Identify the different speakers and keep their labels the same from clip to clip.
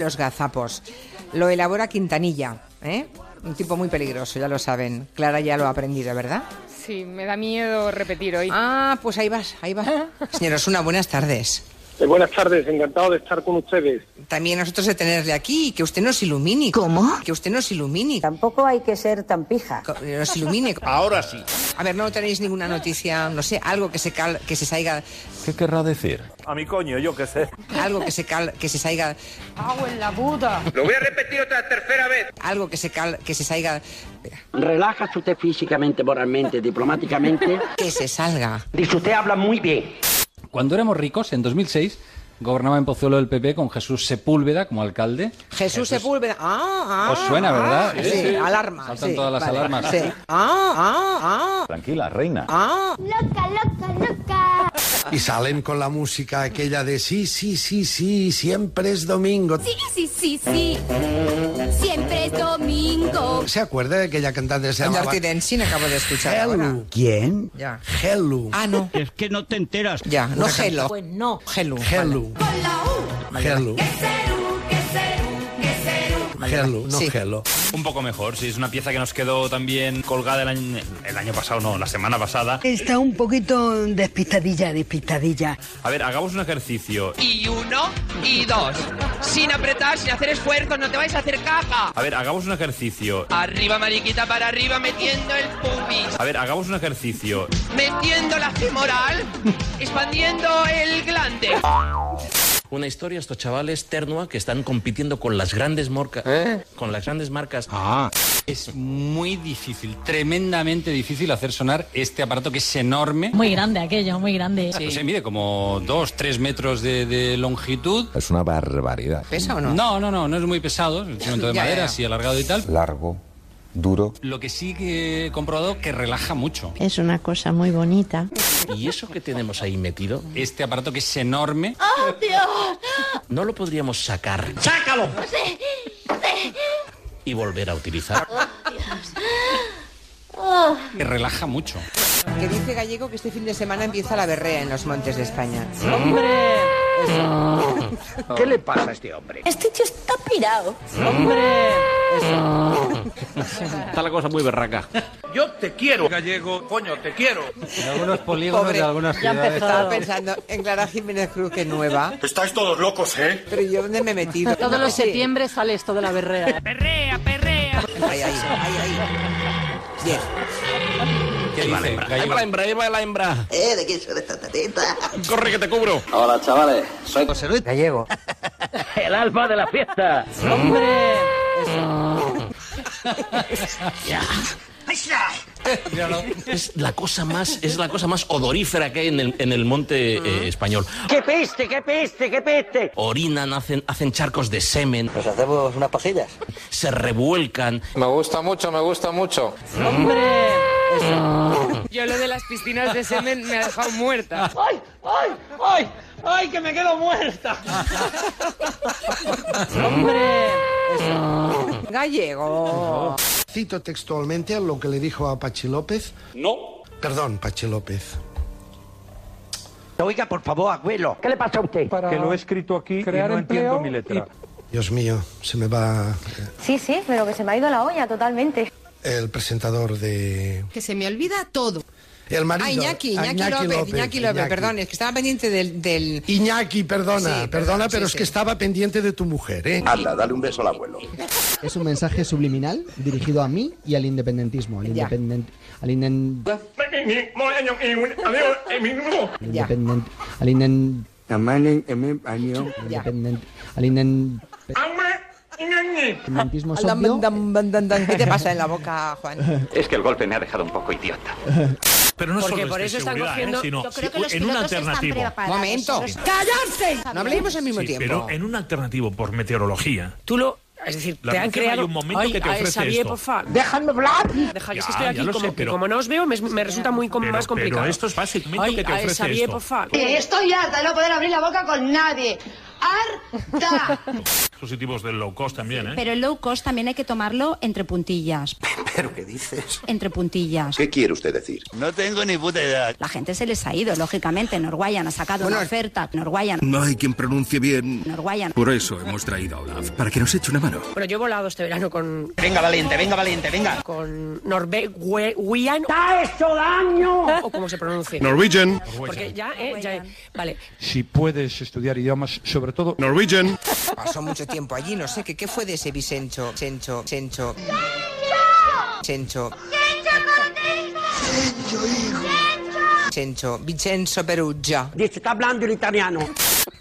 Speaker 1: Los gazapos. Lo elabora Quintanilla, ¿eh? Un tipo muy peligroso, ya lo saben. Clara ya lo ha aprendido, ¿verdad?
Speaker 2: Sí, me da miedo repetir hoy.
Speaker 1: Ah, pues ahí vas, ahí vas. Señor Osuna, buenas tardes.
Speaker 3: Eh, buenas tardes, encantado de estar con ustedes.
Speaker 1: También nosotros de tenerle aquí y que usted nos ilumine.
Speaker 4: ¿Cómo?
Speaker 1: Que usted nos ilumine.
Speaker 4: Tampoco hay que ser tan pija.
Speaker 1: co- Nos ilumine.
Speaker 5: Ahora sí.
Speaker 1: A ver, no tenéis ninguna noticia, no sé, algo que se cal- que se salga,
Speaker 6: ¿Qué querrá decir?
Speaker 5: A mi coño, yo qué sé.
Speaker 1: algo que se cal- que se salga,
Speaker 5: Lo voy a repetir otra tercera vez.
Speaker 1: algo que se cal- que se salga,
Speaker 7: Relajas usted físicamente, moralmente, diplomáticamente.
Speaker 1: que se salga.
Speaker 7: Dice, usted habla muy bien.
Speaker 8: Cuando éramos ricos, en 2006, gobernaba en Pozuelo el PP con Jesús Sepúlveda como alcalde.
Speaker 1: Jesús Sepúlveda. Ah, ah,
Speaker 8: ¿Os suena,
Speaker 1: ah,
Speaker 8: verdad?
Speaker 1: Sí,
Speaker 8: Sí, sí.
Speaker 1: alarma.
Speaker 8: Saltan
Speaker 1: sí,
Speaker 8: todas las
Speaker 1: vale,
Speaker 8: alarmas.
Speaker 1: Sí. Ah, ah, ah.
Speaker 6: Tranquila, reina.
Speaker 9: Loca, loca, loca.
Speaker 10: Y salen con la música aquella de sí, sí, sí, sí, siempre es domingo.
Speaker 9: Sí, sí, sí, sí. Siempre es domingo.
Speaker 10: ¿Se acuerda de aquella cantante que se
Speaker 1: El
Speaker 10: llamaba
Speaker 1: Dirty Dancing acabo de escuchar ahora.
Speaker 10: Hello?
Speaker 4: ¿Quién?
Speaker 1: Ya.
Speaker 10: Hello.
Speaker 1: Ah, no.
Speaker 7: Es que no te enteras.
Speaker 1: Ya, no
Speaker 10: Una
Speaker 1: Hello.
Speaker 4: Pues no.
Speaker 1: Hello.
Speaker 10: Hello.
Speaker 9: Con la U.
Speaker 10: Hello.
Speaker 9: Que serú, que serú, que serú.
Speaker 10: Hello, no
Speaker 1: Sí.
Speaker 10: Hello.
Speaker 5: Un poco mejor, si es una pieza que nos quedó también colgada el año, el año pasado, no, la semana pasada.
Speaker 4: Está un poquito despistadilla, despistadilla.
Speaker 5: A ver, hagamos un ejercicio.
Speaker 7: Y uno y dos. Sin apretar, sin hacer esfuerzo, no te vais a hacer caja.
Speaker 5: A ver, hagamos un ejercicio.
Speaker 7: Arriba, mariquita, para arriba, metiendo el pubis.
Speaker 5: A ver, hagamos un ejercicio.
Speaker 7: Metiendo la femoral. Expandiendo el glande.
Speaker 11: Una historia, estos chavales ternua que están compitiendo con las grandes marcas. Con las grandes marcas.
Speaker 8: Es muy difícil, tremendamente difícil hacer sonar este aparato que es enorme.
Speaker 4: Muy grande aquello, muy grande.
Speaker 8: No sé, mide como 2, 3 metros de, de longitud.
Speaker 6: Es una barbaridad.
Speaker 1: ¿Pesa o no?
Speaker 8: No, no, no, no es muy pesado, es un instrumento de
Speaker 1: Ya, ya.
Speaker 8: madera, así alargado y tal.
Speaker 6: Largo, duro.
Speaker 8: Lo que sí que he comprobado que relaja mucho.
Speaker 4: Es una cosa muy bonita.
Speaker 11: ¿Y eso que tenemos ahí metido?
Speaker 8: Este aparato que es enorme.
Speaker 4: Ah.
Speaker 11: No lo podríamos sacar
Speaker 5: ¡Sácalo!
Speaker 11: y volver a utilizar.
Speaker 8: que relaja mucho.
Speaker 1: Que dice Gallego que este fin de semana empieza la berrea en los montes de España.
Speaker 7: ¿Qué le pasa a este hombre?
Speaker 4: Este tío está pirado.
Speaker 11: Está la cosa muy berraca.
Speaker 5: Yo te quiero, gallego. Coño, te quiero.
Speaker 8: En algunos polígonos
Speaker 1: Pobre,
Speaker 8: de algunas
Speaker 4: ya
Speaker 8: ciudades.
Speaker 1: Estaba pensando en Clara Jiménez Cruz, que nueva.
Speaker 5: Estáis todos locos, ¿eh?
Speaker 1: Pero ¿yo dónde me he metido?
Speaker 4: Todos los
Speaker 1: Sí.
Speaker 4: septiembre sale esto de la berrea.
Speaker 1: Ahí, ahí, ahí, ahí. Bien.
Speaker 8: ¿Qué
Speaker 11: Ahí va la
Speaker 8: dice?
Speaker 11: hembra, ahí
Speaker 8: Gallego?
Speaker 11: va la hembra, ahí va la hembra.
Speaker 4: ¿Eh? ¿De quién son estas tetitas?
Speaker 11: Corre que te cubro.
Speaker 7: Hola, chavales. Soy José Luis.
Speaker 1: Gallego.
Speaker 7: El alfa de la fiesta.
Speaker 8: Míralo.
Speaker 11: Es la cosa más, es la cosa más odorífera que hay en el, en el monte eh, español.
Speaker 7: ¡Qué peste, qué peste, qué peste!
Speaker 11: Orinan, hacen, hacen charcos de semen,
Speaker 7: Nos hacemos unas pajillas.
Speaker 11: se revuelcan.
Speaker 6: Me gusta mucho, me gusta mucho.
Speaker 2: Yo lo de las piscinas de semen me ha dejado muerta.
Speaker 7: ¡Ay, ay, ay! ¡Ay, que me quedo muerta!
Speaker 1: Gallego.
Speaker 10: Cito textualmente lo que le dijo a Pachi López.
Speaker 5: No.
Speaker 10: Perdón, Pachi López.
Speaker 7: Oiga, por favor, abuelo. ¿Qué le pasa a usted?
Speaker 5: Que lo he escrito aquí y no entiendo mi letra.
Speaker 10: Dios mío, se me va
Speaker 9: Sí, sí, pero que se me ha ido la olla totalmente.
Speaker 10: el presentador de...
Speaker 2: Que se me olvida todo.
Speaker 10: El marido.
Speaker 1: Ah, Iñaki,
Speaker 10: Ah,
Speaker 1: Iñaki, López, Iñaki López, perdón, es que estaba pendiente del... del...
Speaker 10: Iñaki, perdona,
Speaker 1: Sí, perdón,
Speaker 10: perdona, pero
Speaker 1: sí,
Speaker 10: es
Speaker 1: sí.
Speaker 10: que estaba pendiente de tu mujer, ¿eh?
Speaker 7: Anda, dale un beso al abuelo.
Speaker 4: Es un mensaje subliminal dirigido a mí y al independentismo. Al
Speaker 1: Ya.
Speaker 4: Al
Speaker 1: Ya,
Speaker 4: Al
Speaker 1: ya.
Speaker 4: Al independentismo
Speaker 1: Dam, dam, dam, dam, dam. ¿Qué te pasa en la boca, Juan?
Speaker 7: Es que el golpe me ha dejado un poco idiota.
Speaker 5: Pero no
Speaker 2: Porque
Speaker 5: solo es
Speaker 2: por
Speaker 5: de
Speaker 2: eso están
Speaker 5: seguridad,
Speaker 2: cogiendo-
Speaker 5: ¿eh? sino
Speaker 9: Yo creo que los
Speaker 5: en un
Speaker 9: pilotos están
Speaker 5: alternativo.
Speaker 9: preparados.
Speaker 1: Momento.
Speaker 9: Los-
Speaker 1: ¡Callarse! No hablemos al mismo
Speaker 5: Sí,
Speaker 1: tiempo.
Speaker 5: pero en un alternativo por meteorología.
Speaker 2: Tú lo... Es decir,
Speaker 5: La
Speaker 2: te han
Speaker 5: atención,
Speaker 2: creado...
Speaker 5: hay un momento que te
Speaker 2: a ver,
Speaker 5: ofrece
Speaker 2: Xavier,
Speaker 5: esto.
Speaker 2: por favor.
Speaker 7: ¡Déjame hablar!
Speaker 2: Deja que
Speaker 5: Ya,
Speaker 2: es que estoy
Speaker 5: ya
Speaker 2: aquí
Speaker 5: lo
Speaker 2: como,
Speaker 5: sé,
Speaker 2: que
Speaker 5: pero-
Speaker 2: como no os veo, me, es- me resulta muy com-
Speaker 5: Pero,
Speaker 2: más complicado.
Speaker 5: pero esto es fácil. El momento
Speaker 2: Ay,
Speaker 5: que te
Speaker 2: a ver,
Speaker 5: ofrece
Speaker 2: Xavier,
Speaker 5: esto.
Speaker 2: por favor.
Speaker 9: Estoy harta de no poder abrir la boca con nadie. harta.
Speaker 12: Dispositivos del low cost también, ¿eh?
Speaker 9: Pero el low cost también hay que tomarlo entre puntillas.
Speaker 12: ¿Pero qué dices?
Speaker 9: Entre puntillas.
Speaker 12: ¿Qué quiere usted decir? No tengo ni puta edad.
Speaker 9: La gente se les ha ido, lógicamente. Norwayan ha sacado una oferta. Norwayan.
Speaker 13: No hay quien pronuncie bien.
Speaker 9: Norwayan.
Speaker 13: Por eso hemos traído a Olaf, para que nos eche una mano.
Speaker 14: Bueno, yo he volado este verano con.
Speaker 13: Venga, valiente, venga, valiente, venga.
Speaker 14: Con Norwegian. ¡Está hecho daño! O como se pronuncia.
Speaker 13: Norwegian.
Speaker 14: Porque ya, eh, ya. Vale.
Speaker 15: Si puedes estudiar idiomas, sobre todo
Speaker 13: Norwegian.
Speaker 1: Pasó mucho tiempo allí, no sé qué, qué fue de ese Vicencho, Sencho, Sencho. Sencho. Sencho, Vincenzo Perugia.
Speaker 16: Dice, está hablando el italiano.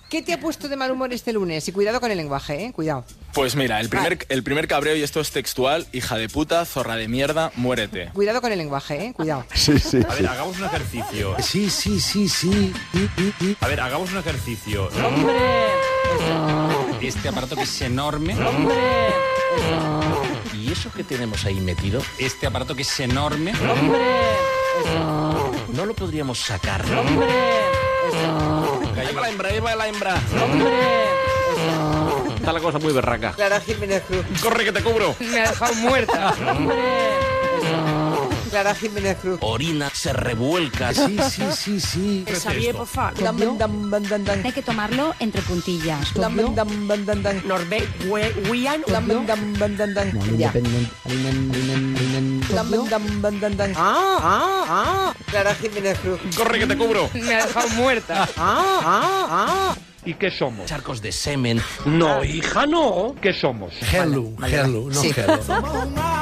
Speaker 1: ¿Qué te ha puesto de mal humor este lunes? Y cuidado con el lenguaje, ¿eh? Cuidado.
Speaker 17: Pues mira, el primer, el primer cabreo, y esto es textual, hija de puta, zorra de mierda, muérete.
Speaker 1: Cuidado con el lenguaje, ¿eh? Cuidado.
Speaker 17: Sí, sí.
Speaker 5: A ver, hagamos un ejercicio.
Speaker 10: Sí, sí, sí, sí.
Speaker 5: A ver, hagamos un ejercicio.
Speaker 8: Este aparato que es enorme.
Speaker 11: ¿Y eso que tenemos ahí metido?
Speaker 8: Este aparato que es enorme.
Speaker 11: No lo podríamos sacar.
Speaker 17: Ahí va la hembra, ahí va la hembra.
Speaker 11: Está la cosa muy berraca.
Speaker 1: Clara Jiménez Cruz.
Speaker 17: Corre que te cubro.
Speaker 2: Me ha dejado muerta.
Speaker 1: Clara Jiménez Cruz.
Speaker 11: Orina, se revuelca.
Speaker 10: Sí, sí, sí, sí.
Speaker 14: Xavier, por favor.
Speaker 1: Dam, dam, dam, dam, dam.
Speaker 9: Hay que tomarlo entre puntillas.
Speaker 1: Dam, dam, dam, dam, dam.
Speaker 14: Norwegian.
Speaker 1: Dam, dam, dam, dam, dam. Ya. Dam, dam, dam, dam, dam. Ah, ah, ah. Clara Jiménez Cruz.
Speaker 17: Corre que te cubro.
Speaker 2: Me ha dejado muerta.
Speaker 1: Ah, ah, ah.
Speaker 15: ¿Y qué somos?
Speaker 11: Charcos de semen.
Speaker 16: No, hija, no.
Speaker 15: Ah. ¿Qué somos?
Speaker 10: Hello, hello, no
Speaker 1: Sí.
Speaker 10: hello.